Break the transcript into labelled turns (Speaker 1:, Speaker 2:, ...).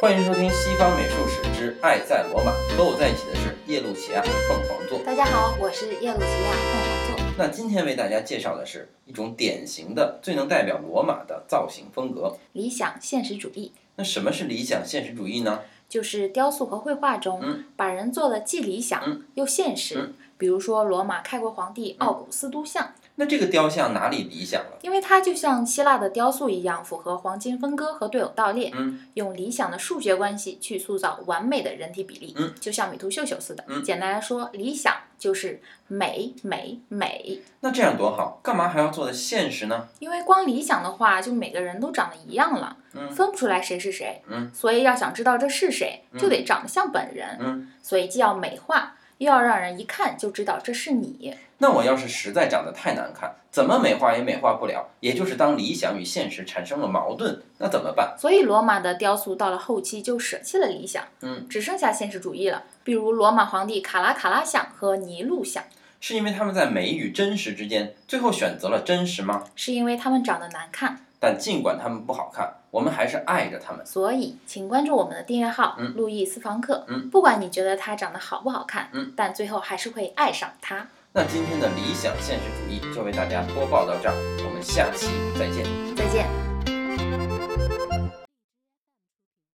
Speaker 1: 欢迎收听《西方美术史之爱在罗马》，和我在一起的是耶路齐亚凤凰座。
Speaker 2: 大家好，我是耶鲁奇亚凤凰座。
Speaker 1: 那今天为大家介绍的是一种典型的、最能代表罗马的造型风格。
Speaker 2: 理想现实主义
Speaker 1: 那什么是理想现实主义呢？
Speaker 2: 就是雕塑和绘画中、
Speaker 1: 嗯
Speaker 2: 把人做的既理想、
Speaker 1: 嗯
Speaker 2: 又现实。
Speaker 1: 嗯
Speaker 2: 比如说罗马开国皇帝奥古斯都像，
Speaker 1: 那这个雕像哪里理想了？
Speaker 2: 因为它就像希腊的雕塑一样，符合黄金分割和队友倒列，
Speaker 1: 嗯
Speaker 2: 用理想的数学关系去塑造完美的人体比例，
Speaker 1: 嗯
Speaker 2: 就像米图秀秀似的。
Speaker 1: 嗯
Speaker 2: 简单来说，理想就是美美美，
Speaker 1: 那这样多好，干嘛还要做的现实呢？
Speaker 2: 因为光理想的话，就每个人都长得一样了，
Speaker 1: 嗯
Speaker 2: 分不出来谁是谁。
Speaker 1: 嗯
Speaker 2: 所以要想知道这是谁，就得长得像本人。
Speaker 1: 嗯
Speaker 2: 所以既要美化，又要让人一看就知道这是你。
Speaker 1: 那我要是实在长得太难看，怎么美化也美化不了，也就是当理想与现实产生了矛盾，那怎么办？
Speaker 2: 所以罗马的雕塑到了后期就舍弃了理想，
Speaker 1: 嗯，
Speaker 2: 只剩下现实主义了。比如罗马皇帝卡拉卡拉像和尼禄像，
Speaker 1: 是因为他们在美与真实之间，最后选择了真实吗？
Speaker 2: 是因为他们长得难看。
Speaker 1: 但尽管他们不好看，我们还是爱着他们。
Speaker 2: 所以，请关注我们的订阅号“
Speaker 1: 嗯
Speaker 2: 路易斯房克”。
Speaker 1: 嗯
Speaker 2: 不管你觉得他长得好不好看，
Speaker 1: 嗯
Speaker 2: 但最后还是会爱上他。
Speaker 1: 那今天的理想现实主义就为大家播报到这儿，我们下期再见。
Speaker 2: 再见。